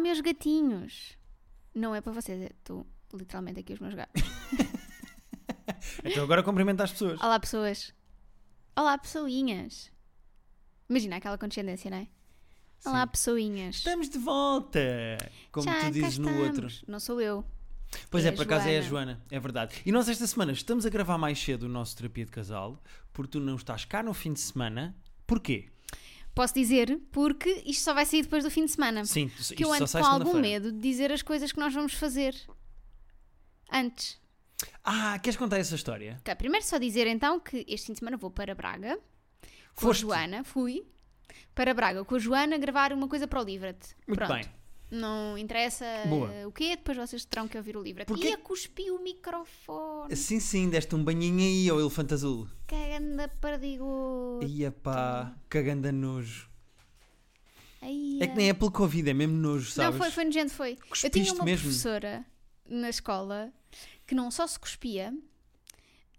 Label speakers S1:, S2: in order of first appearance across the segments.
S1: meus gatinhos. Não é para vocês, é tu, literalmente, aqui os meus gatos.
S2: Então agora cumprimenta as pessoas.
S1: Olá, pessoas. Olá, pessoinhas. Imagina aquela condescendência, não é? Olá,
S2: Sim.
S1: pessoinhas.
S2: Estamos de volta! Como
S1: Já, cá
S2: tu dizes no outro.
S1: estamos. Não sou eu.
S2: Pois
S1: É
S2: é,
S1: a
S2: por acaso é a Joana, é verdade. E nós esta semana estamos a gravar mais cedo o nosso terapia de casal, porque tu não estás cá no fim de semana. Porquê?
S1: Posso dizer, porque isto só vai sair depois do fim de semana.
S2: Sim, isto
S1: que eu
S2: só
S1: ando
S2: sai
S1: com algum
S2: segunda-feira.
S1: medo de dizer as coisas que nós vamos fazer. Antes.
S2: Ah, queres contar essa história?
S1: Ok, primeiro só dizer então que este fim de semana vou para Braga com
S2: Foste.
S1: a Joana, fui para Braga com a Joana gravar uma coisa para o Livret.
S2: Muito
S1: Pronto.
S2: bem.
S1: Não interessa
S2: Boa. é
S1: eh, o quê, depois vocês terão que ouvir o livro.
S2: Porquê-
S1: E a cuspi o microfone.
S2: Sim, sim, deste um banhinho aí ao elefante azul.
S1: Cagando a perdigo.
S2: Ia pá, cagando a nojo.
S1: Ai,
S2: É que nem é pelo Covid, é mesmo nojo,
S1: Não,
S2: sabes?
S1: foi, foi nojento, foi. Eu
S2: Cuspiste
S1: tinha uma
S2: mesmo.
S1: professora na escola que não só se cuspia,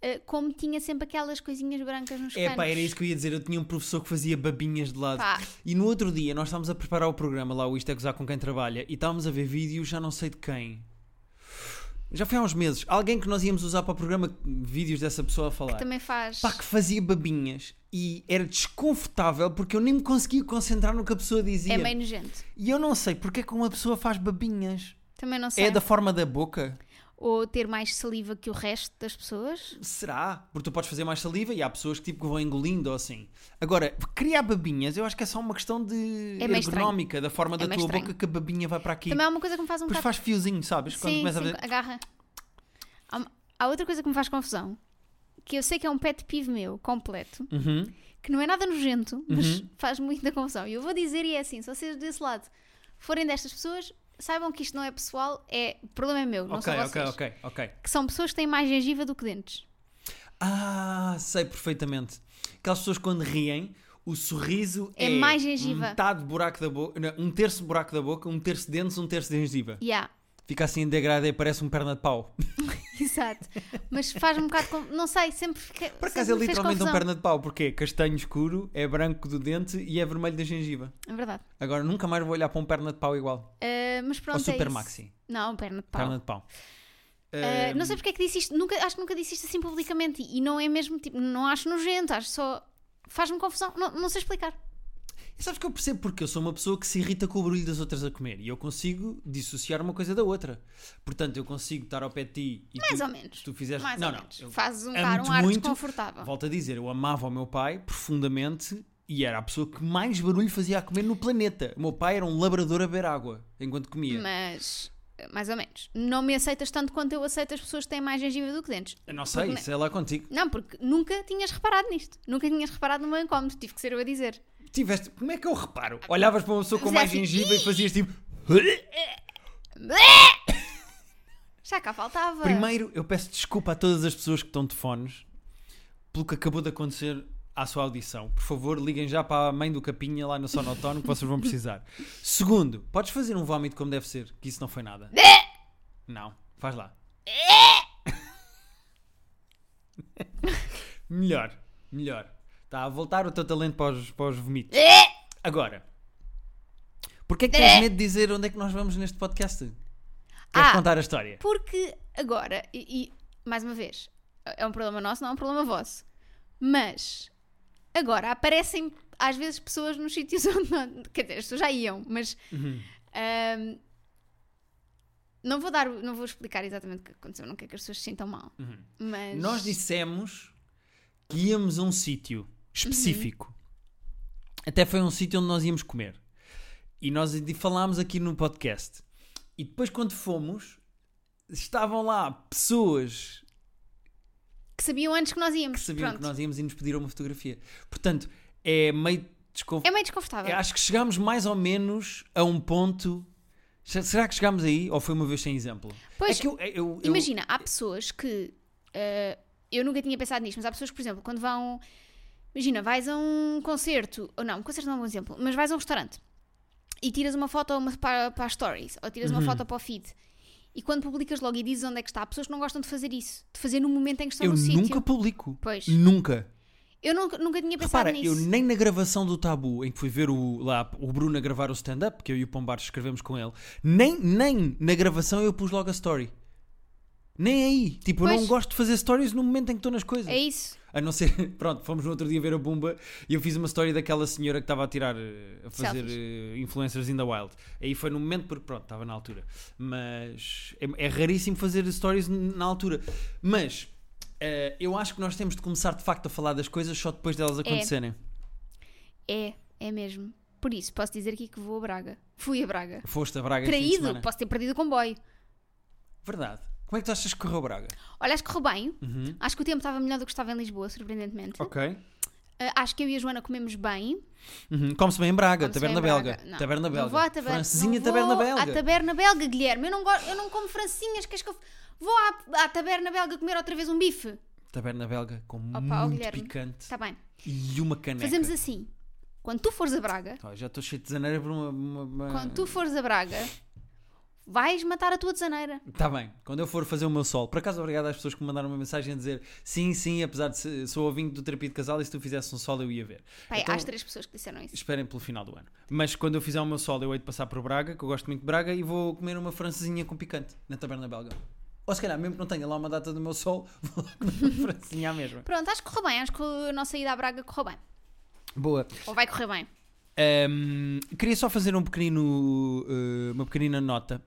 S1: eh, como tinha sempre aquelas coisinhas brancas nos
S2: É
S1: canos.
S2: pá, era isso que eu ia dizer. Eu tinha um professor que fazia babinhas de lado.
S1: Pá.
S2: E no outro dia nós estávamos a preparar o programa lá, o Isto é Gozar com quem trabalha, e estávamos a ver vídeos, já não sei de quem. Já foi há uns meses. Alguém que nós íamos usar para o programa vídeos dessa pessoa a falar.
S1: Também faz.
S2: Pá, que fazia babinhas e era desconfortável porque eu nem me conseguia concentrar no que a pessoa dizia.
S1: É meio nojento.
S2: E eu não sei porque é que uma pessoa faz babinhas.
S1: Também não sei.
S2: É da forma da boca?
S1: Ou ter mais saliva que o resto das pessoas.
S2: Será? Porque tu podes fazer mais saliva e há pessoas que tipo que vão engolindo ou assim. Agora, criar babinhas eu acho que é só uma questão de
S1: É meio
S2: ergonómica, da forma da
S1: meio
S2: tua
S1: estranho.
S2: boca que a babinha vai para aqui.
S1: Também há uma coisa que me faz um
S2: Depois
S1: bocado.
S2: faz fiozinho, sabes? Quando
S1: sim,
S2: começa a
S1: sim,
S2: ver.
S1: agarra. Há, uma- há outra coisa que me faz confusão. Que eu sei que é um pet peeve meu, completo.
S2: Uhum.
S1: Que não é nada nojento, mas
S2: Uhum.
S1: faz muita confusão. E eu vou dizer, e é assim: se vocês desse lado forem destas pessoas, saibam que isto não é pessoal, é. O problema é meu, não
S2: Ok,
S1: são
S2: ok,
S1: vocês.
S2: ok, ok.
S1: Que são pessoas que têm mais gengiva do que dentes.
S2: Ah, sei perfeitamente. Aquelas pessoas quando riem, o sorriso é,
S1: É mais gengiva.
S2: metade do buraco da boca, não, um terço do buraco da boca, um terço de dentes, um terço de gengiva.
S1: Yeah,
S2: Fica assim em degradê, parece um perna de pau.
S1: exato. Mas faz um bocado. com- Não sei, sempre fica. sempre
S2: Por acaso é
S1: me fez
S2: literalmente um
S1: confusão.
S2: perna de pau, porque é castanho escuro, é branco do dente e é vermelho da gengiva.
S1: É verdade.
S2: Agora nunca mais vou olhar para um perna de pau igual.
S1: Ah, mas pronto.
S2: Ou super
S1: é isso.
S2: maxi.
S1: Não, perna de pau.
S2: Perna de pau.
S1: Uh,
S2: Ah,
S1: não sei porque é que disse isto, nunca, acho que nunca disse isto assim publicamente e não é mesmo tipo, não acho nojento, acho só. faz-me confusão, não, não sei explicar.
S2: E sabes que eu percebo porque eu sou uma pessoa que se irrita com o barulho das outras a comer e eu consigo dissociar uma coisa da outra. Portanto, eu consigo estar ao pé de ti e
S1: Mais
S2: tu,
S1: ou menos.
S2: se tu fizeres.
S1: Mais
S2: não,
S1: ou
S2: não.
S1: menos.
S2: eu-
S1: Faz um,
S2: amo-te
S1: dar um ar
S2: muito.
S1: desconfortável.
S2: Volto a dizer, eu amava o meu pai profundamente e era a pessoa que mais barulho fazia a comer no planeta. O meu pai era um labrador a beber água enquanto comia.
S1: Mas, uh, mais ou menos. Não me aceitas tanto quanto eu aceito as pessoas que têm mais gengiva do que dentes.
S2: Eu não sei,
S1: Porque-
S2: sei lá contigo.
S1: Não, porque nunca tinhas reparado nisto. Nunca tinhas reparado no meu incómodo, tive que ser eu a dizer.
S2: Tiveste. Como é que eu reparo? Olhavas para uma pessoa com
S1: Fizeste
S2: mais
S1: assim,
S2: gengiva e fazias tipo.
S1: Já cá faltava.
S2: Primeiro, eu peço desculpa a todas as pessoas que estão de fones pelo que acabou de acontecer à sua audição. Por favor, liguem já para a mãe do Capinha lá no Sonotono que vocês vão precisar. Segundo, podes fazer um vómito como deve ser, que isso não foi nada. Não, faz lá. melhor, melhor. Está a voltar o teu talento para os, para os vomitos. Agora, porquê é que tens medo de dizer onde é que nós vamos neste podcast? Queres
S1: Ah.
S2: contar a história?
S1: Porque agora, e, e, mais uma vez, é um problema nosso, não é um problema vosso. Mas agora aparecem às vezes pessoas nos sítios onde não, quer dizer, as pessoas já iam, mas
S2: Uhum.
S1: ahm, não vou dar, o- não vou explicar exatamente o que aconteceu, não quero que as pessoas se sintam mal. Mas
S2: Uhum. Nós dissemos que íamos a um sítio específico. Até foi um sítio onde nós íamos comer. E nós di- falámos aqui no podcast. E depois, quando fomos, estavam lá pessoas
S1: que sabiam antes que nós
S2: que
S1: íamos.
S2: sabiam
S1: Pronto.
S2: que nós íamos e nos pediram uma fotografia. Portanto, é meio
S1: É
S2: desconfortável.
S1: meio desconfortável.
S2: Acho que chegámos mais ou menos a um ponto. Se- Será que chegámos aí? Ou foi uma vez sem exemplo?
S1: Pois,
S2: É que eu- eu- eu-
S1: Imagina, há pessoas que. eh, eu nunca tinha pensado nisto, mas há pessoas que, por exemplo, quando vão. Imagina, vais a um concerto. Ou não, um concerto não é um bom exemplo, mas vais a um restaurante e tiras uma foto uma, para, para as stories ou tiras
S2: Uhum.
S1: uma foto para o feed. E quando publicas logo e dizes onde é que está, há pessoas que não gostam de fazer isso. De fazer no momento em que estão
S2: eu
S1: no
S2: nunca
S1: sítio.
S2: publico.
S1: Pois.
S2: Nunca.
S1: Eu nunca, nunca tinha pensado
S2: Repara, eu
S1: nisso.
S2: nem na gravação do Tabu, em que fui ver o, lá, o Bruno a gravar o stand-up, que eu e o Pombar escrevemos com ele, nem, nem na gravação eu pus logo a story. Nem aí. Tipo, eu não
S1: Pois.
S2: gosto de fazer stories no momento em que estou nas coisas.
S1: É isso.
S2: A não ser, pronto, fomos no outro dia ver a Bumba e eu fiz uma história daquela senhora que estava a tirar, eh, a fazer
S1: Selfies.
S2: eh, influencers in the wild. Aí foi no momento porque, pronto, estava na altura. Mas é, é raríssimo fazer stories n- na altura. Mas eh, eu acho que nós temos de começar de facto a falar das coisas só depois delas acontecerem.
S1: É, é mesmo. Por isso, posso dizer aqui que vou a Braga. Fui a Braga.
S2: Foste a Braga este fim de
S1: Traído,
S2: semana.
S1: posso ter perdido o comboio.
S2: Verdade. Como é que tu achas que correu a Braga?
S1: Olha, acho que correu bem.
S2: Uhum.
S1: Acho que o tempo estava melhor do que estava em Lisboa, surpreendentemente.
S2: Ok.
S1: Ah, acho que eu e a Joana comemos bem.
S2: Uhum. Come-se bem em Braga,
S1: Come-se
S2: taberna
S1: bem em
S2: belga.
S1: Braga. Não,
S2: Taberna belga.
S1: Não vou à taberna,
S2: Francesinha
S1: não
S2: taberna
S1: vou
S2: belga.
S1: À taberna belga, Guilherme. Eu não, gosto, eu não como francinhas. Queres que eu... f- Vou à, à taberna belga comer outra vez um bife.
S2: Taberna belga com
S1: ó
S2: muito
S1: Guilherme.
S2: picante
S1: Está bem.
S2: e uma caneca.
S1: Fazemos assim. Quando tu fores a Braga,
S2: Ó, já estou cheio de desaneira por uma. uma, uma-
S1: quando tu fores a Braga, vais matar a tua desaneira.
S2: Tá bem, quando eu for fazer o meu sol, por acaso obrigado às pessoas que me mandaram uma mensagem a dizer sim, sim, apesar de ser, sou ouvindo do terapia de casal e se tu fizesse um sol eu ia ver.
S1: Pai,
S2: Então-
S1: há as três pessoas que disseram isso.
S2: Esperem pelo final do ano. Mas quando eu fizer o meu sol, eu hei de passar por Braga, que eu gosto muito de Braga, e vou comer uma francesinha com picante na taberna belga. Ou se calhar, mesmo que não tenha lá uma data do meu sol, vou lá comer uma francesinha à mesma.
S1: Pronto, acho que correu bem. Acho que a nossa ida à Braga correu bem.
S2: Boa.
S1: Ou vai correr bem.
S2: Um, queria só fazer um pequenino, uh, uma pequenina nota.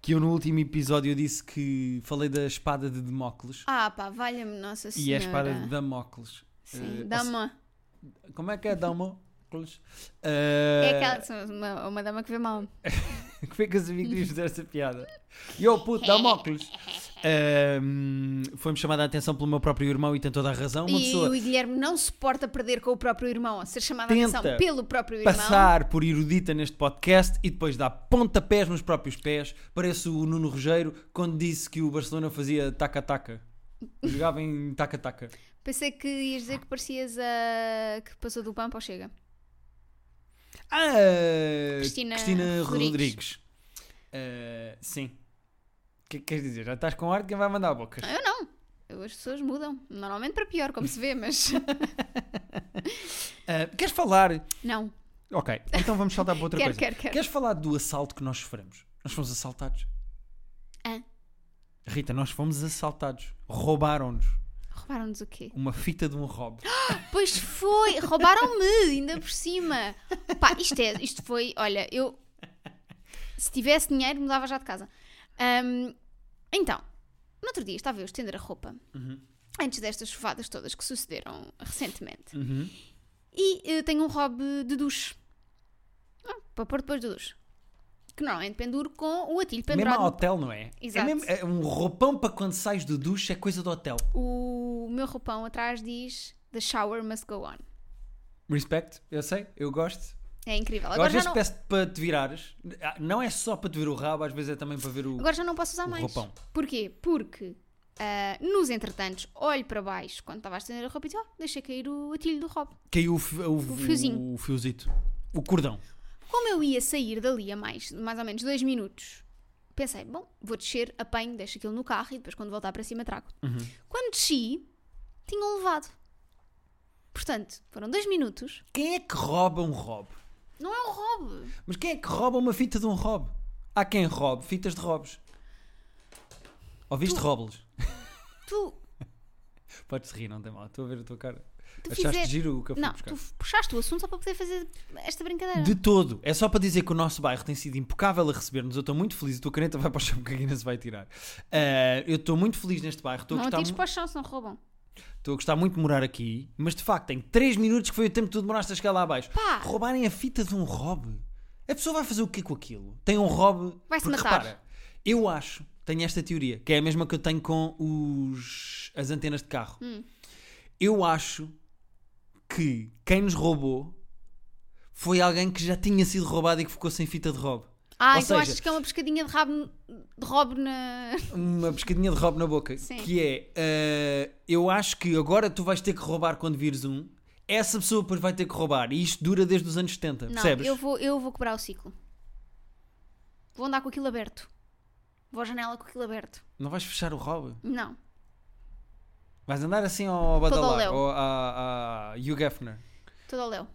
S2: Que eu no último episódio disse que falei da espada de Demócles.
S1: Ah pá, valha-me Nossa
S2: E é a
S1: Senhora.
S2: espada de Damocles. Eh,
S1: Sim,
S2: ou
S1: dama.
S2: se- Como é que é Damocles?
S1: É
S2: Eh,
S1: aquela, uma, uma dama que vê mal.
S2: Como é que eu sabia que ias fazer essa piada? Yo, puto, Damocles! Ehm, Foi-me chamada a atenção pelo meu próprio irmão e tem toda a razão. Uma
S1: E o
S2: pessoa
S1: Guilherme não suporta perder com o próprio irmão, a ser chamada a
S2: Tenta
S1: atenção pelo próprio irmão.
S2: passar por erudita neste podcast e depois dar pontapés nos próprios pés. Parece o Nuno Rogério quando disse que o Barcelona fazia taca-taca. Jogava em taca-taca.
S1: Pensei que ias dizer que parecias a. que passou do pão para o chega.
S2: Ah,
S1: Cristina
S2: Rodrigues.
S1: Rodrigues.
S2: Ah, sim. O que é que queres dizer? Já estás com ar de quem vai mandar a boca.
S1: Ah, Eu não. Eu- As pessoas mudam. Normalmente para pior, como se vê, mas.
S2: Ah, queres falar?
S1: Não.
S2: Ok, então vamos saltar para outra
S1: Quero,
S2: coisa.
S1: quero, quero.
S2: Queres falar do assalto que nós sofremos? Nós fomos assaltados.
S1: Hã?
S2: Rita, nós fomos assaltados. Roubaram-nos
S1: Roubaram-nos o quê?
S2: uma fita de um robe.
S1: Pois foi! Roubaram-me, ainda por cima. Pá, isto é. Isto foi. Olha, eu. Se tivesse dinheiro, mudava já de casa. Ahm, então, no outro dia estava eu a estender a roupa.
S2: Uhum.
S1: Antes destas chuvadas todas que sucederam recentemente.
S2: Uhum.
S1: E eu tenho um hobby de duche. Ah, para pôr depois do duche. Que normalmente penduro com o atilho
S2: Mesmo
S1: pendurado.
S2: a hotel, não é?
S1: Exato.
S2: É, mesmo- é um roupão para quando sais do duche, é coisa do hotel.
S1: O meu roupão atrás diz The shower must go on.
S2: Respect, eu sei, eu gosto.
S1: É incrível.
S2: Eu
S1: Agora,
S2: às
S1: já
S2: vezes
S1: não,
S2: peço-te para te virares. Ah, Não é só para te ver o rabo, às vezes é também para ver o.
S1: agora já não posso usar
S2: o
S1: mais.
S2: roupão.
S1: Porquê? Porque ah, nos entretantos olho para baixo quando estava a estender a roupa e digo, oh, deixei cair o atilho do robe.
S2: Caiu o, fi- o-
S1: fiozinho.
S2: O fiozito. O cordão.
S1: Como eu ia sair dali a mais, mais ou menos dois minutos, pensei, bom, vou descer, apanho, deixo aquilo no carro e depois quando voltar para cima trago.
S2: Uhum.
S1: Quando desci, tinham levado. Portanto, foram dois minutos.
S2: Quem é que rouba um robe?
S1: Não é um roubo.
S2: Mas quem é que rouba uma fita de um robe? Há quem robe fitas de robes. Ouviste robles?
S1: Tu,
S2: Podes rir, não tem mal. Estou a ver a tua cara.
S1: tu
S2: Achaste
S1: fizeste...
S2: giro o que eu fui
S1: Não,
S2: buscar?
S1: tu puxaste o assunto só para poder fazer esta brincadeira.
S2: De todo. É só para dizer que o nosso bairro tem sido impecável a receber-nos. Eu estou muito feliz. A tua caneta vai para o chão que a Guinness vai tirar. Ah, eu estou muito feliz neste bairro. Estou a
S1: Não
S2: gostar
S1: tires
S2: mu-
S1: para o chão, senão roubam.
S2: Estou a gostar muito de morar aqui, mas de facto, em 3 minutos que foi o tempo que tu demoraste a chegar lá abaixo.
S1: Pá!
S2: Roubarem a fita de um robe. A pessoa vai fazer o quê com aquilo? Tem um robe.
S1: Vai-se
S2: porque,
S1: matar.
S2: Repara, eu acho, tenho esta teoria, que é a mesma que eu tenho com os, as antenas de carro.
S1: Hum.
S2: Eu acho que quem nos roubou foi alguém que já tinha sido roubado e que ficou sem fita de robe.
S1: Ah,
S2: Ou
S1: então
S2: seja-
S1: achas que é uma pescadinha de rabo, de rabo na...
S2: uma pescadinha de roubo na boca.
S1: Sim.
S2: Que é, eh, eu acho que agora tu vais ter que roubar quando vires um. Essa pessoa depois vai ter que roubar. E isto dura desde os anos 70,
S1: Não,
S2: percebes?
S1: eu vou, eu vou quebrar o ciclo. Vou andar com aquilo aberto. Vou à janela com aquilo aberto.
S2: Não vais fechar o roubo?
S1: Não.
S2: Vais andar assim ao Badalar,
S1: Léo.
S2: ou a, a Hugh Hefner.
S1: Todo ao Léo.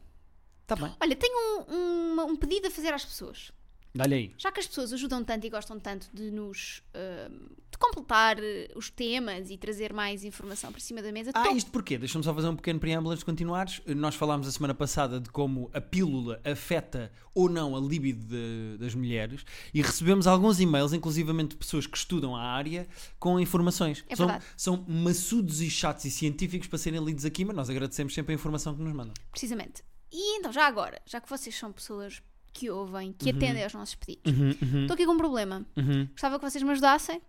S2: Tá bem.
S1: Olha, tenho um, um- um pedido a fazer às pessoas.
S2: Dá-lhe aí.
S1: Já que as pessoas ajudam tanto e gostam tanto de nos ahm, de completar eh, os temas e trazer mais informação para cima da mesa,
S2: Ah,
S1: tô-
S2: isto porquê? Deixa-me só fazer um pequeno preâmbulo antes de continuares. Nós falámos a semana passada de como a pílula afeta ou não a libido de- das mulheres e recebemos alguns e-mails, inclusivamente de pessoas que estudam a área, com informações.
S1: É
S2: são,
S1: verdade.
S2: são maçudos e chatos e científicos para serem lidos aqui, mas nós agradecemos sempre a informação que nos mandam.
S1: precisamente. E então, já agora, já que vocês são pessoas que ouvem,
S2: Uhum.
S1: que atendem aos nossos pedidos, estou aqui com um problema. Gostava que vocês me ajudassem.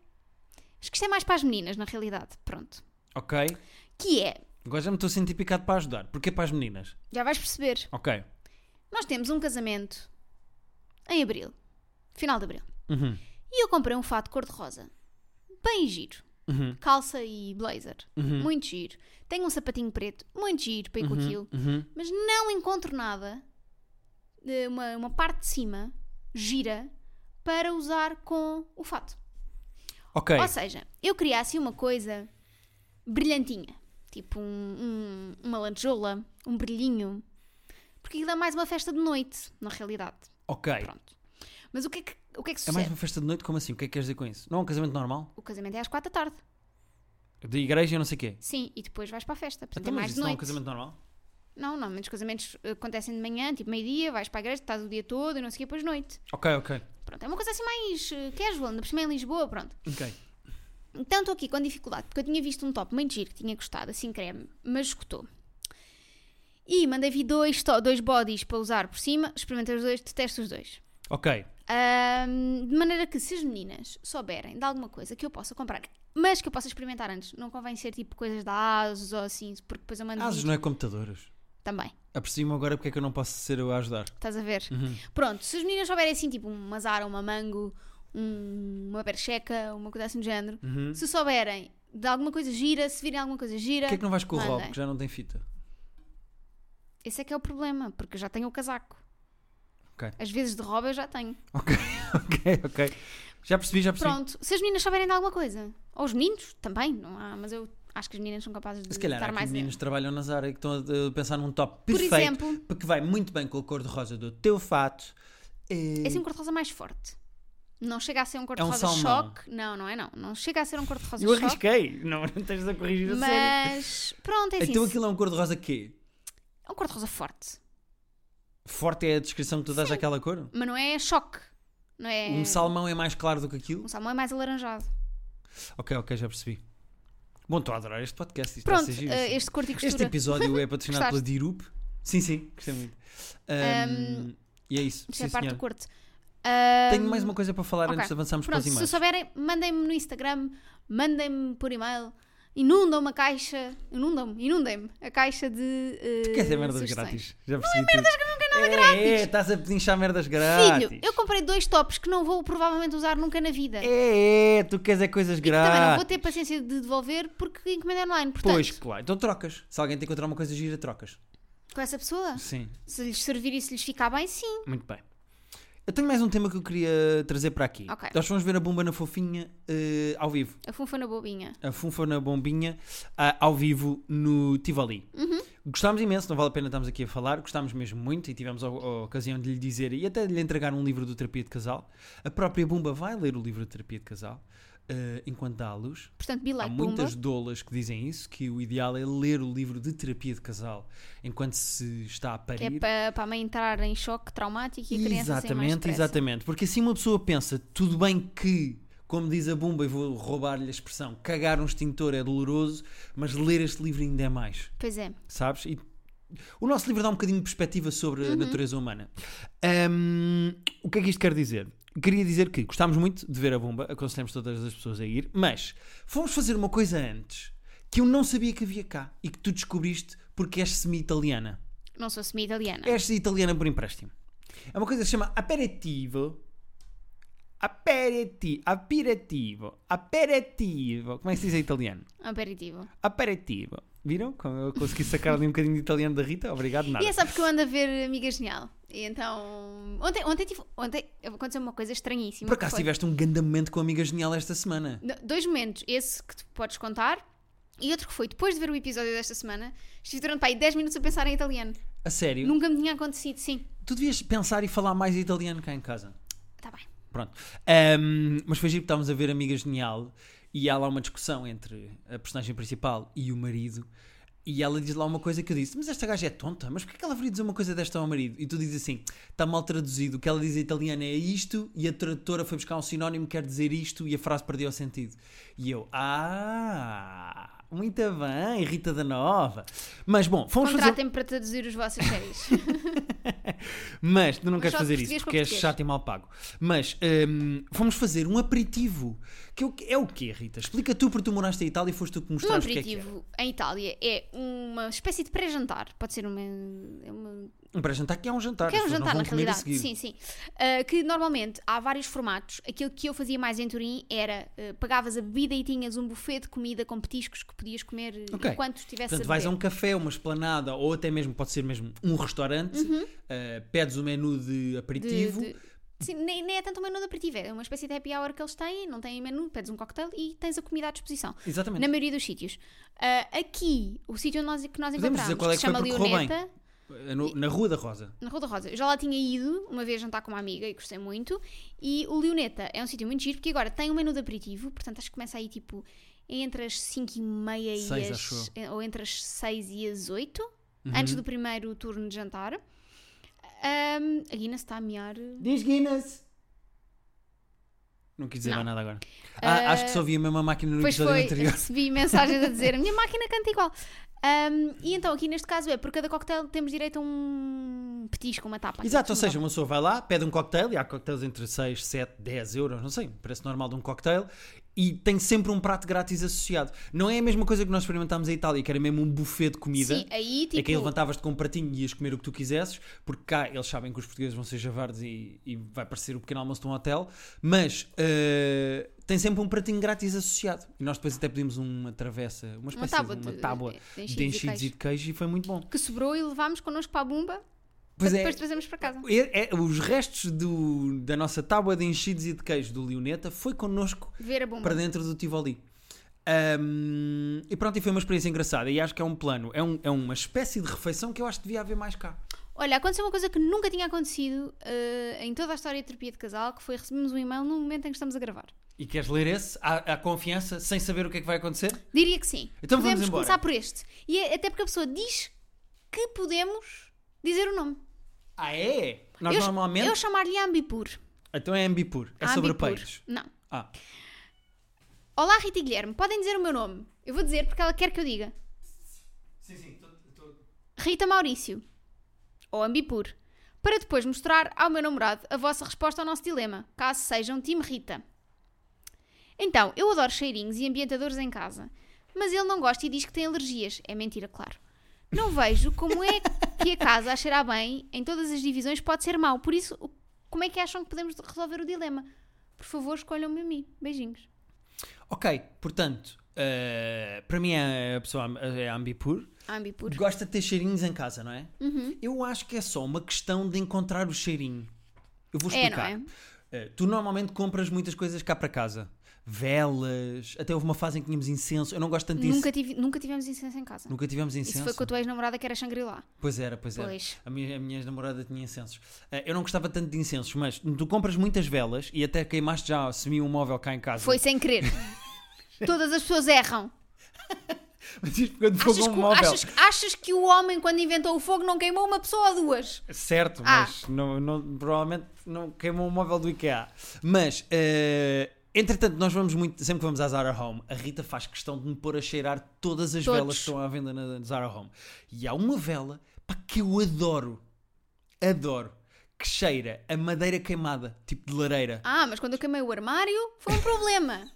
S1: Acho que isto é mais para as meninas, na realidade. Pronto.
S2: Ok?
S1: Que é,
S2: Agora já me estou a sentir picado para ajudar. Porquê para as meninas?
S1: já vais perceber,
S2: Ok.
S1: nós temos um casamento em abril, final de abril.
S2: Uhum.
S1: E eu comprei um fato cor-de-rosa. Bem giro.
S2: Uhum.
S1: Calça e blazer. Muito giro. Tenho um sapatinho preto. Muito giro para ir com aquilo.
S2: Uhum.
S1: Mas não encontro nada. eh, Uma, uma parte de cima gira para usar com o fato.
S2: Ok.
S1: Ou seja, eu queria assim uma coisa brilhantinha. Tipo um- um- uma lanchola, um brilhinho. Porque aquilo é mais uma festa de noite, na realidade.
S2: ok.
S1: Pronto. Mas o que é que, o que, é que
S2: É
S1: sucede?
S2: mais uma festa de noite? Como assim? O que é que queres dizer com isso? Não é um casamento normal?
S1: O casamento é às quatro da tarde.
S2: De igreja e não sei o quê?
S1: Sim, e depois vais para a festa. Portanto,
S2: Então,
S1: é
S2: mas
S1: mais de
S2: isso não é um
S1: noite.
S2: casamento normal?
S1: Não, não, mas os casamentos eh, acontecem de manhã, tipo meio-dia, vais para a igreja, estás o dia todo e não sei o quê, depois de noite.
S2: Ok, ok.
S1: Pronto, é uma coisa assim mais eh, casual, ainda por cima é em Lisboa, pronto.
S2: Ok.
S1: Então estou aqui com dificuldade, porque eu tinha visto um top muito giro que tinha gostado, assim creme, mas escutou. E mandei vir dois, to- dois bodies para usar por cima, experimentei os dois, detesto os dois.
S2: Ok.
S1: Ahm, de maneira que se as meninas souberem de alguma coisa que eu possa comprar, mas que eu possa experimentar antes, não convém ser tipo coisas da ASUS ou assim, porque depois eu mando
S2: Asos
S1: vir
S2: não é computadores.
S1: também.
S2: Aprecio-me agora porque é que eu não posso ser eu a ajudar.
S1: Estás a ver?
S2: Uhum.
S1: Pronto, se as meninas souberem assim, tipo, uma Zara, uma Mango, um- uma Bercheca, uma coisa assim do género, se souberem de alguma coisa gira, se virem alguma coisa gira.
S2: Porquê é Uhum. que não vais com o Rob,
S1: mandem.
S2: que já não tem fita?
S1: Esse é que é o problema, porque eu já tenho o casaco.
S2: Ok.
S1: Às vezes de roupa eu já tenho.
S2: Ok, ok, ok. Já percebi, já percebi.
S1: Pronto, se as meninas souberem de alguma coisa, ou os meninos também, não há, mas eu acho que as meninas são capazes de
S2: Se calhar há
S1: estar
S2: aqui
S1: mais
S2: meninos que trabalham na Zara e que estão a a pensar num top
S1: Por
S2: perfeito
S1: exemplo-
S2: porque vai muito bem com a cor de rosa do teu fato.
S1: É
S2: É,
S1: assim um cor-de-rosa mais forte. Não chega a ser um
S2: É um
S1: cor-de-rosa
S2: salmão.
S1: choque. Não, não é não. Não chega a ser um cor-de-rosa
S2: eu
S1: choque.
S2: arrisquei, não, não tens a corrigir a sério.
S1: Mas pronto, é assim.
S2: Então aquilo é um cor de rosa quê?
S1: É um cor-de-rosa forte.
S2: Forte é a descrição que tu dás àquela cor?
S1: Mas não é choque. Não é...
S2: Um salmão é mais claro do que aquilo?
S1: Um salmão é mais alaranjado.
S2: Ok, ok, já percebi. Bom, estou a adorar este podcast. Isto
S1: Pronto,
S2: está a ser giro,
S1: eh,
S2: assim.
S1: este corte e costura.
S2: Este episódio é patrocinado pela
S1: Gostaste?
S2: Dirup. Sim, sim, gostei muito. Ahm, e é isso.
S1: Isto
S2: Sim,
S1: é a parte
S2: senhora.
S1: do corte. Ahm,
S2: Tenho mais uma coisa para falar
S1: ok.
S2: antes de avançarmos para
S1: Pronto,
S2: os
S1: se
S2: e-mails.
S1: souberem, mandem-me no Instagram, mandem-me por e-mail, inundam-me a caixa, inundam-me, inundem-me a caixa de. eh,
S2: Quer dizer, é merdas
S1: sugestões.
S2: grátis. Já não é merdas que nunca nada é, grátis. É, estás a pedinchar merdas É grátis.
S1: Filho, eu comprei dois tops que não vou provavelmente usar nunca na vida.
S2: É, é, tu queres é coisas grátis.
S1: Também não vou ter paciência de devolver porque encomendei online. Portanto,
S2: Pois, claro. Então trocas. Se alguém te encontrar uma coisa gira, trocas.
S1: com essa pessoa,
S2: Sim,
S1: se lhes servir e se lhes ficar bem, sim.
S2: muito bem. Eu tenho mais um tema que eu queria trazer para aqui.
S1: Ok.
S2: Nós vamos ver a Bomba na Fofinha eh, ao vivo.
S1: A funfa na bobinha.
S2: a Funfa na Bombinha ah, ao vivo no Tivoli.
S1: Uhum.
S2: Gostámos imenso, não vale a pena estarmos aqui a falar, gostámos mesmo muito e tivemos a, a ocasião de lhe dizer e até de lhe entregar um livro do Terapia de Casal. A própria Bumba vai ler o livro de Terapia de Casal ah, enquanto dá à luz.
S1: Portanto, be
S2: Há
S1: like Bumba.
S2: muitas dolas que dizem isso, que o ideal é ler o livro de terapia de casal enquanto se está a
S1: Que é
S2: parir.
S1: para, para a mãe entrar em choque traumático e a criança ser mais
S2: Exatamente,
S1: depressa.
S2: exatamente. Porque assim uma pessoa pensa, tudo bem que, como diz a Bumba, e vou roubar-lhe a expressão, cagar um extintor é doloroso, mas ler este livro ainda é mais,
S1: Pois é.
S2: sabes? E o nosso livro dá um bocadinho de perspectiva sobre
S1: Uhum.
S2: a natureza humana. Ahm, o que é que isto quer dizer? Queria dizer que gostámos muito de ver a Bumba, aconselhamos todas as pessoas a ir, mas fomos fazer uma coisa antes que eu não sabia que havia cá e que tu descobriste porque és semi-italiana.
S1: Não sou semi-italiana. é
S2: Esta italiana por empréstimo. É uma coisa que se chama aperitivo. Aperitivo. Aperitivo. Aperitivo. Como é que se diz em italiano?
S1: um Aperitivo.
S2: Aperitivo. Viram? Como eu consegui sacar ali um bocadinho de italiano da Rita? Obrigado, nada.
S1: E é só porque eu ando a ver Amiga Genial. E então. Ontem, ontem, tive, ontem aconteceu uma coisa estranhíssima.
S2: Por
S1: que
S2: acaso
S1: foi-
S2: tiveste um grande momento com a amiga genial esta semana.
S1: No- Dois momentos. Esse que tu podes contar E outro que foi, depois de ver o episódio desta semana, estive durante pá, aí 10 minutos a pensar em italiano.
S2: A sério?
S1: Nunca me tinha acontecido, sim.
S2: Tu devias pensar e falar mais italiano cá em casa.
S1: Está Tá bem.
S2: Pronto. Ahm, mas foi giro, porque estávamos a ver Amiga Genial e há lá uma discussão entre a personagem principal e o marido. E ela diz lá uma coisa que eu disse: Mas esta gaja é tonta, mas porquê que ela viria dizer uma coisa desta ao marido? E tu dizes assim: Está mal traduzido. O que ela diz em italiano é isto, e a tradutora foi buscar um sinónimo que quer dizer isto, e a frase perdeu o sentido. E eu: Ah, muito bem, Rita da Nova. Mas bom, fomos fazer.
S1: Contratem-me para traduzir os vossos séries.
S2: Mas tu não queres
S1: só
S2: fazer
S1: português para
S2: isso porque és
S1: português.
S2: chato e mal pago. Mas hum, fomos fazer um aperitivo. Que é o que- é o quê, Rita? Explica tu porque tu moraste em Itália e foste tu que
S1: um
S2: mostraste o que é que é.
S1: aperitivo em Itália é uma espécie de pré-jantar. Pode ser uma. é uma-
S2: Um pré-jantar que é um jantar.
S1: que é
S2: as
S1: um
S2: pessoas não
S1: jantar,
S2: vão
S1: na
S2: comer a
S1: realidade. Sim,
S2: seguir.
S1: sim. Ah, que normalmente há vários formatos. Aquilo que eu fazia mais em Turim era ah, pagavas a bebida e tinhas um buffet de comida com petiscos que podias comer eh,
S2: Ok.
S1: enquanto estivesse
S2: Portanto,
S1: a
S2: vais
S1: beber.
S2: a um café, uma esplanada ou até mesmo, pode ser mesmo, um restaurante, eh, pedes o menu de um aperitivo.
S1: Uhum. De- de- Sim, nem, nem é tanto um menu de aperitivo, é uma espécie de happy hour que eles têm, não têm menu, pedes um cocktail e tens a comida à disposição.
S2: Exatamente.
S1: Na maioria dos sítios. Ah, aqui, o sítio onde nós, que nós
S2: Podemos
S1: encontramos,
S2: dizer qual é
S1: que
S2: que
S1: se chama
S2: foi, porque correu bem.
S1: Leoneta,
S2: Eh, no- na Rua da Rosa.
S1: na Rua da Rosa. Eu já lá tinha ido uma vez jantar com uma amiga e gostei muito. E o Leoneta é um sítio muito giro, porque agora tem um menu de aperitivo, portanto acho que começa aí tipo entre as 5 e meia
S2: Seis,
S1: e
S2: acho Uhum.
S1: as... Ou entre as 6 e as 8, antes do primeiro turno de jantar. Ahm, a Guinness está a mear...
S2: Diz Guinness! Não quis dizer
S1: Não.
S2: mais nada agora. Ah, acho que só vi a mesma máquina no
S1: Pois
S2: episódio
S1: foi,
S2: anterior.
S1: recebi mensagens a dizer, a minha máquina canta igual. Ahm,
S2: Uhum.
S1: e então aqui neste caso é, por cada cocktail temos direito a um petisco, uma tapa.
S2: Exato, ou seja, uma pessoa vai lá, pede um cocktail, e há cocktails entre 6, 7, 10 euros, não sei, parece normal de um cocktail, e tem sempre um prato grátis associado. Não é a mesma coisa que nós experimentámos em Itália, que era mesmo um buffet de comida.
S1: Sim, aí
S2: É que aí
S1: tipo,
S2: levantavas-te com um pratinho e ias comer o que tu quisesses, porque cá eles sabem que os portugueses vão ser javardes e, e vai parecer o pequeno almoço de um hotel, mas eh, tem sempre um pratinho grátis associado. E nós depois até pedimos uma travessa, uma espécie
S1: tábua
S2: de uma
S1: de-
S2: tábua
S1: de
S2: de,
S1: enchidos e
S2: enchidos e
S1: queijo.
S2: de queijo e foi muito bom.
S1: que sobrou e levámos connosco para a Bumba,
S2: Pois
S1: para
S2: é,
S1: depois trazemos para casa.
S2: é- é- os restos do- da nossa tábua de enchidos e de queijo do Leoneta foi connosco
S1: Ver a Bumba.
S2: para dentro do Tivoli. Ahm, e pronto, e foi uma experiência engraçada. E acho que é um plano, é, um- é uma espécie de refeição que eu acho que devia haver mais cá.
S1: Olha, aconteceu uma coisa que nunca tinha acontecido eh, em toda a história de terapia de casal, que foi recebemos um e-mail no momento em que estamos a gravar.
S2: E queres ler esse? À, à confiança, sem saber o que é que vai acontecer?
S1: Diria que sim.
S2: Então vamos
S1: podemos
S2: embora.
S1: começar por este. E é- até porque a pessoa diz que podemos dizer o nome.
S2: Ah, é? Nós
S1: eu,
S2: normalmente.
S1: eu chamar-lhe Ambipur.
S2: Então é ambipur. É sobre
S1: Ambipur.
S2: peitos.
S1: Não.
S2: Ah,
S1: Olá, Rita e Guilherme, podem dizer o meu nome? Eu vou dizer porque ela quer que eu diga. Rita Maurício. Ou Ambipur. Para depois mostrar ao meu namorado a vossa resposta ao nosso dilema, caso sejam time Rita. Então, eu adoro cheirinhos e ambientadores em casa, mas ele não gosta e diz que tem alergias. É mentira, claro. Não vejo como é que a casa a cheirar bem em todas as divisões pode ser mau. Por isso, o- como é que acham que podemos resolver o dilema? Por favor, escolham-me a mim. Beijinhos.
S2: ok. Portanto, eh, para mim é a pessoa am- é ambipur.
S1: Ambipur.
S2: Gosta de ter cheirinhos em casa, não é?
S1: Uhum.
S2: Eu acho que é só uma questão de encontrar o cheirinho. Eu vou
S1: É, não
S2: explicar.
S1: é?
S2: Eh, tu normalmente compras muitas coisas cá para casa. Velas, até houve uma fase em que tínhamos incenso. Eu não gosto tanto de
S1: Nunca,
S2: incenso.
S1: tive- nunca tivemos incenso em casa.
S2: Nunca tivemos incenso.
S1: Isso foi com a tua ex-namorada que era Shangri-La.
S2: Pois era, pois era.
S1: Pois.
S2: A minha, a minha namorada tinha incensos. Eh, eu não gostava tanto de incensos, mas tu compras muitas velas e até queimaste já semi um móvel cá em casa.
S1: Foi sem querer. Todas as pessoas erram.
S2: Mas isto pegou de
S1: Achas
S2: fogo a um
S1: que,
S2: móvel.
S1: achas- achas que o homem, quando inventou o fogo, não queimou uma pessoa ou duas?
S2: Certo,
S1: Ah.
S2: mas não, não- provavelmente não queimou um móvel do IKEA. Mas, eh, entretanto, nós vamos muito. Sempre que vamos à Zara Home, a Rita faz questão de me pôr a cheirar todas as
S1: Todos.
S2: velas que estão à venda na Zara Home. E há uma vela pá, que eu adoro. Adoro. Que cheira a madeira queimada, tipo de lareira.
S1: Ah, mas quando eu queimei o armário, foi um problema.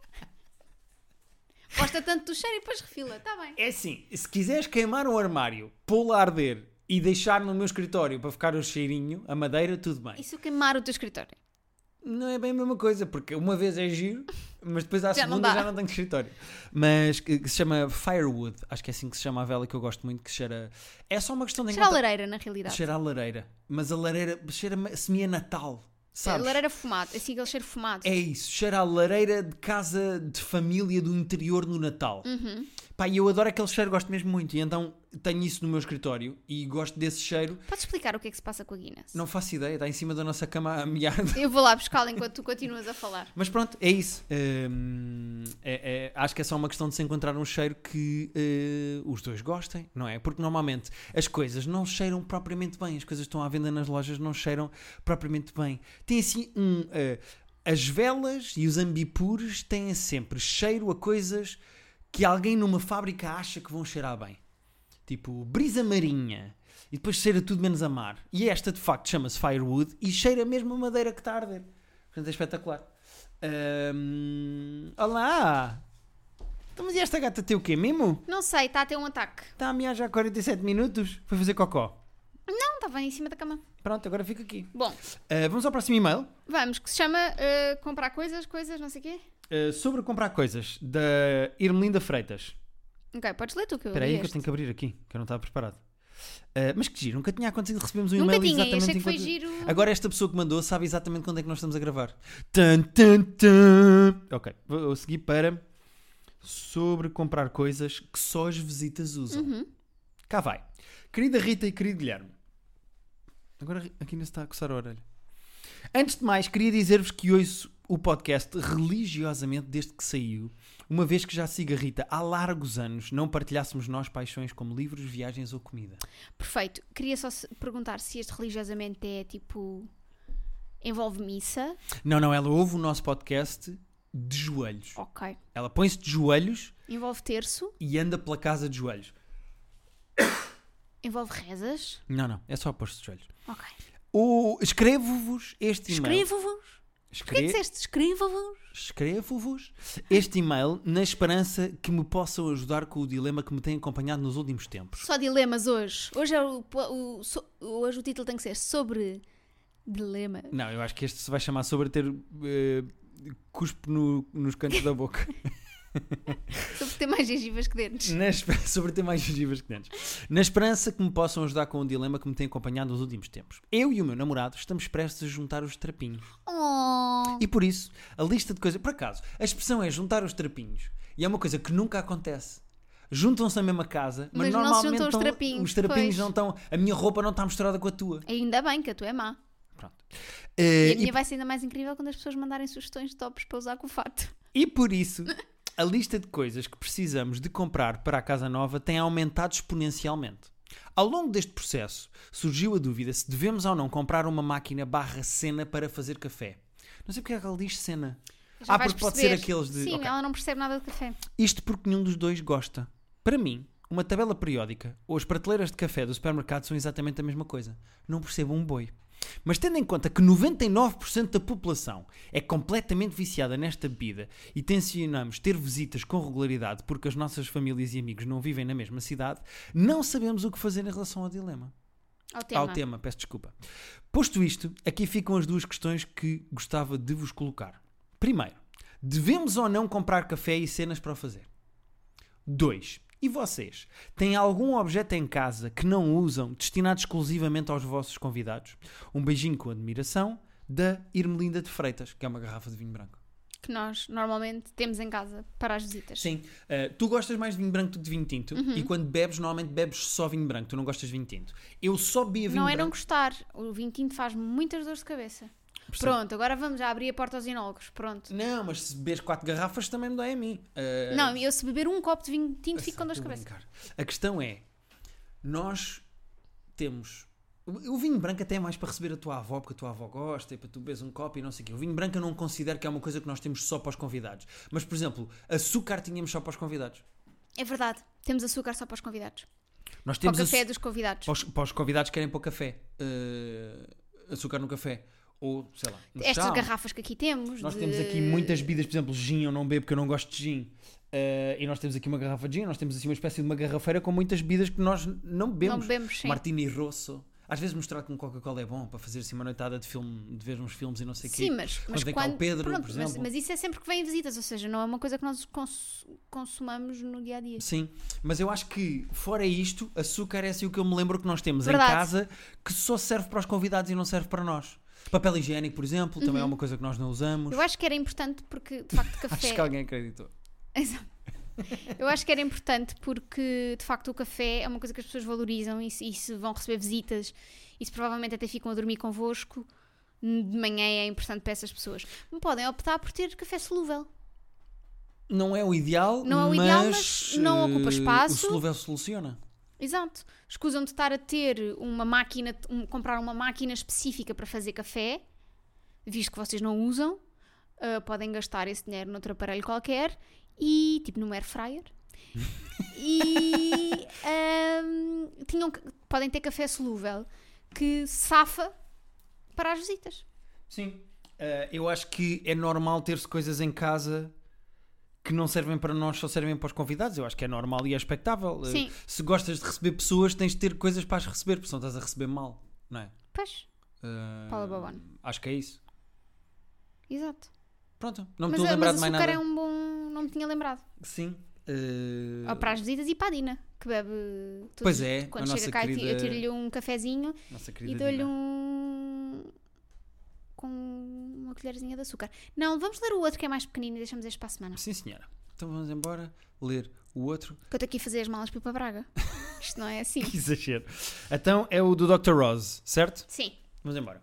S1: Gosta tanto do cheiro e depois refila. Está bem.
S2: É assim, se quiseres queimar um armário, pô-lo a arder e deixar no meu escritório para ficar o cheirinho, a madeira, tudo bem.
S1: E se eu queimar é o teu escritório?
S2: Não é bem a mesma coisa, porque uma vez é giro, mas depois à
S1: Já não
S2: segunda
S1: dá.
S2: já não tenho escritório. Mas que, que se chama Firewood, acho que é assim que se chama a vela que eu gosto muito, que cheira. É só uma questão de
S1: Cheira a
S2: encontrar-
S1: lareira, na realidade.
S2: Cheira a lareira. Mas a lareira cheira a semia Natal. Sabes?
S1: É Lareira fumado, assim aquele cheiro fumado.
S2: É isso, cheira a lareira de casa de família do interior no Natal.
S1: Uhum.
S2: Pá, e eu adoro aquele cheiro, gosto mesmo muito. E então tenho isso no meu escritório e gosto desse cheiro.
S1: Podes explicar o que é que se passa com a Guinness?
S2: Não faço ideia, está em cima da nossa cama a meada.
S1: Eu vou lá buscá-la enquanto tu continuas a falar.
S2: Mas pronto, é isso. Hum, é- é- acho que é só uma questão de se encontrar um cheiro que eh, os dois gostem, não é? Porque normalmente as coisas não cheiram propriamente bem, as coisas que estão à venda nas lojas não cheiram propriamente bem. Tem assim um. eh, as velas e os ambipures têm sempre cheiro a coisas que alguém numa fábrica acha que vão cheirar bem. Tipo, brisa marinha. E depois cheira tudo menos a mar. E esta, de facto, chama-se Firewood e cheira mesmo a madeira que está a arder. Portanto, é espetacular. Ahm, olá! Então, mas e esta gata tem o quê mesmo?
S1: Não sei, está a ter um ataque.
S2: Está a mear já há 47 minutos. Foi fazer cocó.
S1: Não, estava em cima da cama.
S2: Pronto, agora fica aqui.
S1: Bom,
S2: Ah, vamos ao próximo e-mail.
S1: vamos, que se chama eh, comprar coisas, coisas, não sei o quê.
S2: Ah, sobre comprar coisas, da Irmelinda Freitas.
S1: Ok, podes ler tu que eu
S2: Espera aí
S1: li
S2: que eu
S1: este.
S2: tenho que abrir aqui, que eu não estava preparado. Ah, mas que giro, nunca tinha acontecido recebemos um
S1: Nunca
S2: e-mail
S1: tinha,
S2: exatamente
S1: achei que foi
S2: enquanto-
S1: giro.
S2: Agora esta pessoa que mandou sabe exatamente quando é que nós estamos a gravar. Tan, tan, tan. Ok, vou eu seguir para sobre comprar coisas que só as visitas usam. Cá vai. Querida Rita e querido Guilherme. Agora ri- aqui ainda se está a coçar a orelha. Antes de mais, queria dizer-vos que ouço o podcast religiosamente desde que saiu, uma vez que já sigo a Rita há largos anos, não partilhássemos nós paixões como livros, viagens ou comida.
S1: Perfeito. Queria só se- perguntar se este religiosamente é tipo. envolve missa.
S2: Não, não, ela ouve o nosso podcast de joelhos.
S1: Ok.
S2: Ela põe-se de joelhos
S1: Envolve terço,
S2: e anda pela casa de joelhos.
S1: envolve rezas.
S2: Não, não, é só pôr-se de joelhos.
S1: Ok.
S2: O- Escrevo-vos este e-mail.
S1: Escrevo-vos. O que é que
S2: Escre-
S1: disseste? Escrevo-vos.
S2: Escrevo-vos este e-mail na esperança que me possam ajudar com o dilema que me tem acompanhado nos últimos tempos.
S1: Só dilemas hoje. Hoje, é o, o- so- hoje o título tem que ser sobre dilema.
S2: Não, eu acho que este se vai chamar sobre ter eh, cuspo no- nos cantos da boca.
S1: Sobre ter mais gengivas que dentes.
S2: Na esper- sobre ter mais gengivas que dentes. Na esperança que me possam ajudar com um dilema que me tem acompanhado nos últimos tempos. Eu e o meu namorado estamos prestes a juntar os trapinhos.
S1: Oh.
S2: E por isso, a lista de coisas. Por acaso, a expressão é juntar os trapinhos. E é uma coisa que nunca acontece. Juntam-se na mesma casa,
S1: Mas
S2: mas,
S1: não se
S2: normalmente
S1: juntam os
S2: estão-
S1: trapinhos,
S2: os trapinhos
S1: pois.
S2: não estão. A minha roupa não está misturada com a tua.
S1: Ainda bem que a tua é má.
S2: Pronto.
S1: E
S2: Eh,
S1: a minha vai ser ainda mais incrível quando as pessoas mandarem sugestões de tops para usar com o fato.
S2: E por isso, a lista de coisas que precisamos de comprar para a casa nova tem aumentado exponencialmente. Ao longo deste processo, surgiu a dúvida se devemos ou não comprar uma máquina barra cena para fazer café. Não sei porque é que ela diz cena.
S1: Já
S2: ah,
S1: vais
S2: porque pode ser
S1: perceber.
S2: aqueles de.
S1: Sim, é um
S2: ok.
S1: ela não percebe nada de café.
S2: Isto porque nenhum dos dois gosta. Para mim, uma tabela periódica ou as prateleiras de café do supermercado são exatamente a mesma coisa. Não percebo um boi. Mas tendo em conta que 99% da população é completamente viciada nesta bebida e tensionamos ter visitas com regularidade porque as nossas famílias e amigos não vivem na mesma cidade, não sabemos o que fazer em relação ao dilema.
S1: Ao tema.
S2: Ao tema, peço desculpa. Posto isto, aqui ficam as duas questões que gostava de vos colocar. Primeiro, devemos ou não comprar café e cenas para o fazer? 2. E vocês? Têm algum objeto em casa que não usam destinado exclusivamente aos vossos convidados? Um beijinho com admiração da Irmelinda de Freitas, que é uma garrafa de vinho branco.
S1: Que nós normalmente temos em casa para as visitas.
S2: Sim. Uh, tu gostas mais de vinho branco do que de vinho tinto
S1: Uhum.
S2: e quando bebes, normalmente bebes só vinho branco, tu não gostas de vinho tinto. Eu só bebia vinho
S1: Não é
S2: branco.
S1: não gostar. O vinho tinto faz muitas dores de cabeça.
S2: Percebo.
S1: Pronto, agora vamos já abrir a porta aos enólogos. Pronto.
S2: Não, mas se bebes 4 garrafas também me dói a mim. Ah,
S1: Não, eu se beber um copo de vinho tinto fico com dores de
S2: estou a
S1: cabeça.
S2: brincar. A questão é, nós temos... O o vinho branco até é mais para receber a tua avó, porque a tua avó gosta, e para tu bebes um copo e não sei o quê. O vinho branco eu não considero que é uma coisa que nós temos só para os convidados. Mas, por exemplo, açúcar tínhamos só para os convidados.
S1: É verdade. Temos açúcar só para os convidados.
S2: Nós
S1: Para o
S2: temos
S1: café
S2: açu-
S1: dos convidados.
S2: para, os, para os convidados que querem pôr café. Ah, açúcar no café. Ou, sei lá, no
S1: Estas
S2: chá,
S1: garrafas que aqui temos.
S2: Nós
S1: de-
S2: temos aqui muitas bebidas, por exemplo, gin, eu não bebo porque eu não gosto de gin. Eh, e nós temos aqui uma garrafa de gin, nós temos assim uma espécie de uma garrafeira com muitas bebidas que nós não
S1: Não
S2: bebemos.
S1: bebemos, sim.
S2: Martini Rosso. Às vezes mostrar com Coca-Cola é bom para fazer assim uma noitada de filme, de ver uns filmes e não sei o quê.
S1: Sim, mas, mas
S2: quando vem
S1: quando.
S2: cá o Pedro,
S1: pronto,
S2: por
S1: mas-
S2: exemplo.
S1: Mas, isso é sempre que vem visitas, ou seja, não é uma coisa que nós cons- consumamos no dia a dia.
S2: Sim, mas eu acho que fora isto, açúcar é assim o que eu me lembro que nós temos
S1: Verdade.
S2: em casa que só serve para os convidados e não serve para nós. Papel higiênico, por exemplo, também é uma coisa que nós não usamos.
S1: Uhum. Eu é- acho que era importante porque, de facto,
S2: Acho
S1: café.
S2: que alguém acreditou.
S1: Exato. Eu acho que era importante porque, de facto, o café é uma coisa que as pessoas valorizam e se, e se vão receber visitas e se provavelmente até ficam a dormir convosco, de manhã é importante para essas pessoas. Podem optar por ter café solúvel.
S2: Não é o ideal,
S1: Não é o
S2: mas,
S1: ideal, mas não
S2: eh,
S1: ocupa espaço.
S2: O solúvel soluciona.
S1: Exato. Escusam de estar a ter uma máquina, um- comprar uma máquina específica para fazer café, visto que vocês não usam, ah, podem gastar esse dinheiro noutro aparelho qualquer e tipo num air fryer. e ahm, tinham, que- podem ter café solúvel que safa para as visitas.
S2: Sim. Eh, eu acho que é normal ter-se coisas em casa que não servem para nós, só servem para os convidados. Eu acho que é normal e é expectável. Eh,
S1: Sim.
S2: se gostas de receber pessoas, tens de ter coisas para as receber, porque senão estás a receber mal, não é?
S1: Pois,
S2: Eh,
S1: Paula Babone.
S2: Acho que é isso.
S1: exato.
S2: Pronto, não me
S1: Mas,
S2: estou a lembrar
S1: mas
S2: de
S1: açúcar
S2: mais nada.
S1: é um bom. Não me tinha lembrado.
S2: Sim. eh,
S1: Ou para as visitas e para a Dina, que bebe. todos
S2: Pois
S1: os-
S2: é, a
S1: Quando
S2: nossa
S1: chega cá, eu ti- eu
S2: querida-
S1: tiro-lhe um cafezinho
S2: Nossa querida
S1: e dou-lhe
S2: Dina.
S1: um. com uma colherzinha de açúcar. Não, vamos ler o outro que é mais pequenino e deixamos este para a semana.
S2: Sim, senhora. Então vamos embora ler o outro.
S1: Porque eu estou aqui a fazer as malas para ir para Braga. Isto não é assim.
S2: Que exagero. Então é o do Dr. Rose, certo?
S1: Sim.
S2: Vamos embora.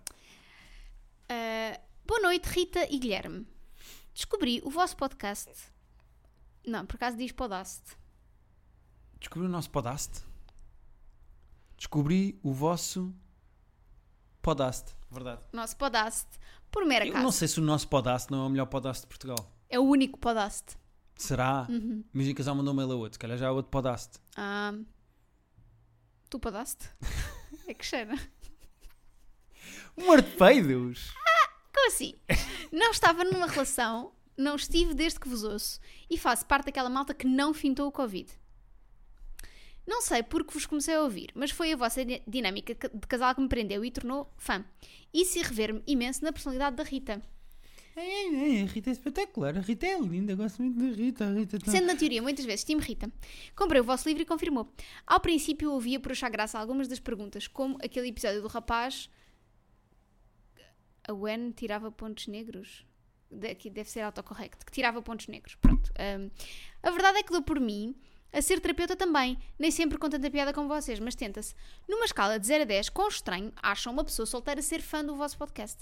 S1: Ah, boa noite, Rita e Guilherme. Descobri o vosso podcast. Não, por acaso diz Podast.
S2: Descobri o nosso podast. Descobri o vosso podast. Verdade.
S1: Nosso Podast. Por mero
S2: Eu não
S1: acaso.
S2: sei se o nosso podast não é o melhor podast de Portugal.
S1: É o único Podast.
S2: Será? Imagina que já mandou um mail a outro. Se calhar já há outro podast.
S1: Ah, tu Podast? é que cheira.
S2: Um Morteiros!
S1: Como assim? Não estava numa relação, não estive desde que vos ouço e faço parte daquela malta que não fintou o Covid. Não sei porque vos comecei a ouvir, mas foi a vossa di- dinâmica ca- de casal que me prendeu e tornou fã. E se rever-me imenso na personalidade da Rita.
S2: É, é, a Rita é espetacular. A Rita é linda. Gosto muito da Rita. A Rita tá-
S1: Sendo na teoria muitas vezes time Rita. Comprei o vosso livro e confirmou. Ao princípio eu ouvia por achar graça algumas das perguntas, como aquele episódio do rapaz. A Wen tirava pontos negros? De- Aqui deve ser autocorrecto. Que tirava pontos negros. Pronto. Ahm, a verdade é que dou por mim a ser terapeuta também. Nem sempre com tanta piada como vocês, mas tenta-se. Numa escala de 0 a 10, quão estranho acham uma pessoa solteira ser fã do vosso podcast?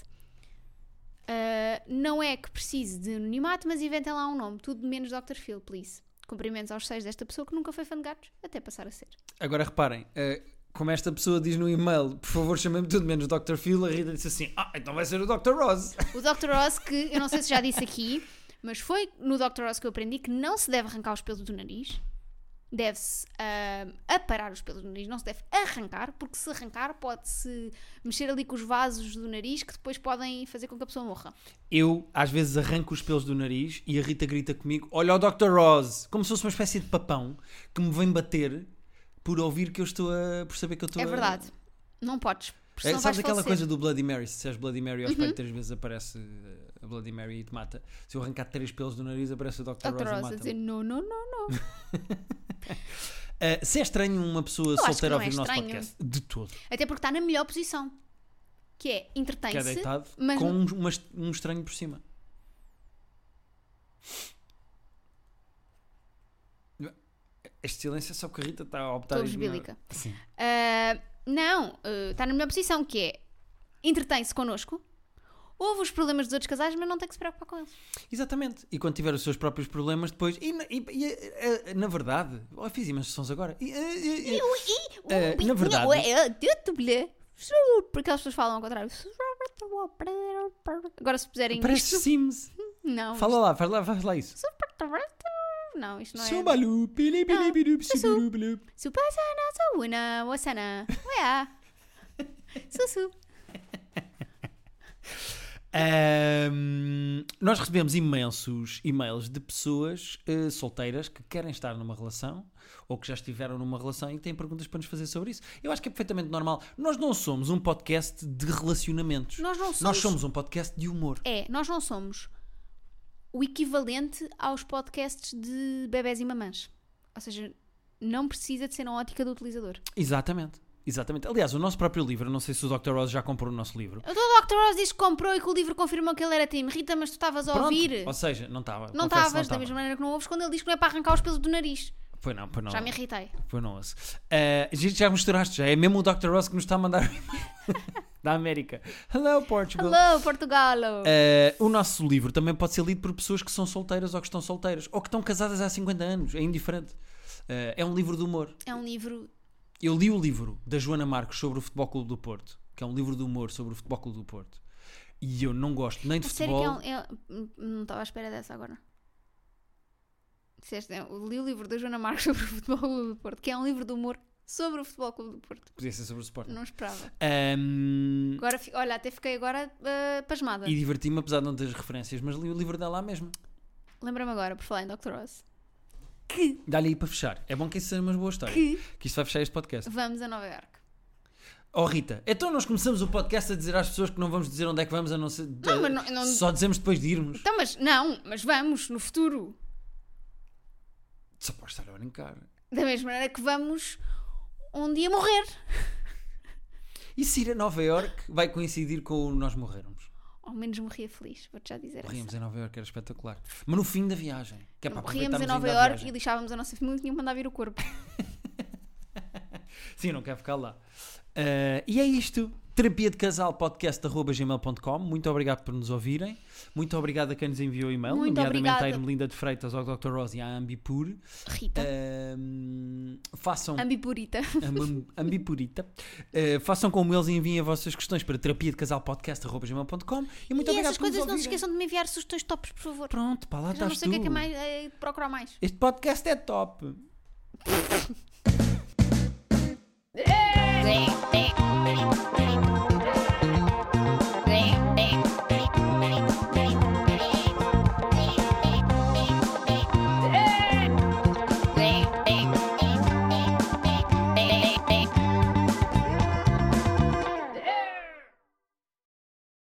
S1: Uh, não é que precise de anonimato, mas inventem lá um nome. Tudo menos Dr. Phil, please. Cumprimentos aos seis desta pessoa que nunca foi fã de gatos, até passar a ser.
S2: Agora reparem, eh, como esta pessoa diz no e-mail, por favor chamem-me tudo menos Dr. Phil, a Rita disse assim: Ah, então vai ser o Dr. Rose.
S1: O Dr. Oz, que eu não sei se já disse aqui, mas foi no Dr. Oz que eu aprendi que não se deve arrancar os pelos do nariz. Deve-se ah, aparar os pelos do nariz, não se deve arrancar, porque se arrancar pode-se mexer ali com os vasos do nariz que depois podem fazer com que a pessoa morra.
S2: Eu, às vezes, arranco os pelos do nariz e a Rita grita comigo: Olha o Dr. Rose, como se fosse uma espécie de papão que me vem bater por ouvir que eu estou a. por saber que eu estou
S1: É
S2: a.
S1: verdade. Não podes. porque
S2: É,
S1: senão vais
S2: sabes aquela
S1: falecer. Uhum.
S2: coisa do Bloody Mary? Se és Bloody Mary ao espelho, três vezes aparece eh, a Bloody Mary e te mata. Se eu arrancar três pelos do nariz, aparece o Dr. Rose
S1: Dr.
S2: e
S1: Oz a
S2: mata.
S1: dizer não, não, não, não.
S2: Eh, se é estranho uma pessoa
S1: acho que
S2: solteira
S1: não é
S2: ouvir o nosso
S1: estranho.
S2: podcast, de todo.
S1: Até porque está na melhor posição. Que é,
S2: que é
S1: entretém-se.
S2: deitado
S1: mas-
S2: com um, uma- um estranho por cima. Este silêncio é só porque a Rita está a optar
S1: Estou
S2: em ignorar.
S1: bíblica.
S2: Sim.
S1: não, ah, está na melhor posição, que é, entretém-se connosco, ouve os problemas dos outros casais, mas não tem que se preocupar com eles.
S2: Exatamente. E quando tiver os seus próprios problemas, depois. E, na- e- e, eh, eh, na verdade, oh, fiz imensas sons agora. E, eh, eh, eh, Eh, na verdade-
S1: Porque as pessoas falam ao contrário. Agora se puserem
S2: parece
S1: isto... Oh,
S2: Sims.
S1: Não,
S2: Fala lá, faz lá, faz lá isso.
S1: isto- não, isto não é... Ah,
S2: Subalu, pilibilibirup, subirubirup.
S1: Supasana sauna wasana. Ué. ah. Sussu.
S2: Ahm, nós recebemos imensos e-mails de pessoas eh, solteiras que querem estar numa relação ou que já estiveram numa relação e têm perguntas para nos fazer sobre isso. Eu acho que é perfeitamente normal. Nós não somos um podcast de relacionamentos.
S1: Nós não
S2: Nós
S1: somos...
S2: somos um podcast de humor.
S1: É, nós não somos o equivalente aos podcasts de bebés e mamãs. Ou seja, não precisa de ser na ótica do utilizador.
S2: Exatamente. Exatamente. Aliás, o nosso próprio livro, eu não sei se o Dr. Oz já comprou o nosso livro.
S1: O Dr. Oz diz que comprou e que o livro confirmou que ele era Tim Rita, mas tu estavas a
S2: Pronto.
S1: ouvir.
S2: Ou seja, não estava.
S1: Não
S2: confesso,
S1: estavas, da
S2: estava.
S1: mesma maneira que não ouves quando ele diz que não é para arrancar os pelos do nariz.
S2: Pois não, pois não.
S1: Já me irritei.
S2: Pois não ouço. Eh, gente, já misturaste, já é mesmo o Dr. Oz que nos está a mandar o e-mail da América. Hello, Portugal.
S1: Hello, Portugalo!
S2: Eh, o nosso livro também pode ser lido por pessoas que são solteiras ou que estão solteiras ou que estão casadas há 50 anos, é indiferente. Eh, é um livro de humor.
S1: É um livro.
S2: Eu li o livro da Joana Marques sobre o Futebol Clube do Porto, que é um livro de humor sobre o Futebol Clube do Porto. E eu não gosto nem de
S1: A sério
S2: futebol.
S1: que é um. é- Não estava à espera dessa agora. Disseste, eu li o livro da Joana Marques sobre o Futebol Clube do Porto, que é um livro de humor sobre o Futebol Clube do Porto.
S2: Podia ser sobre o Sporting.
S1: um- Não esperava.
S2: Ahm,
S1: Agora, fi- olha, até fiquei agora ah, pasmada.
S2: e diverti-me, apesar de não ter as referências, mas li o livro dela lá mesmo.
S1: Lembra-me agora, por falar em Dr. Oz,
S2: Dá-lhe aí para fechar. É bom que isso seja uma boa história.
S1: que
S2: Que isto vai fechar este podcast.
S1: vamos a Nova Iorque.
S2: Oh Rita, então nós começamos o podcast a dizer às pessoas que não vamos dizer onde é que vamos, a não ser.
S1: Não, mas não- não-
S2: Só dizemos depois de irmos.
S1: Então, mas não, mas vamos no futuro.
S2: Só podes estar a brincar.
S1: Da mesma maneira que vamos um dia morrer.
S2: E se ir a Nova York vai coincidir com o nós morrermos?
S1: Ao menos morria feliz, vou-te já dizer Assim,
S2: Morríamos em Nova York, era espetacular. Mas no fim da viagem. Que é para
S1: Morríamos em
S2: aproveitarmos
S1: Nova
S2: ainda a
S1: Iorque e
S2: viagem.
S1: lixávamos a nossa família e tinham que mandar vir o corpo.
S2: Sim, não quero ficar lá. Ah, e é isto. Terapia de Casal podcast arroba gmail.com. Muito obrigado por nos ouvirem. Muito obrigado a quem nos enviou e-mail,
S1: Muito
S2: nomeadamente
S1: obrigada.
S2: à Irmelinda de Freitas, ao Dr. Rose e à Ambipur.
S1: Rita.
S2: Ahm, façam
S1: Ambipurita.
S2: Am- ambipurita. Eh, façam como eles e enviem as vossas questões para terapia de casal podcast e muito
S1: e
S2: obrigado
S1: essas
S2: por nos
S1: coisas não
S2: ouvirem.
S1: se esqueçam de me enviar sugestões tops, por favor.
S2: Pronto, para lá
S1: já não
S2: estás
S1: sei o que é
S2: tu.
S1: que é mais, é, procurar mais.
S2: Este podcast é top.
S1: É.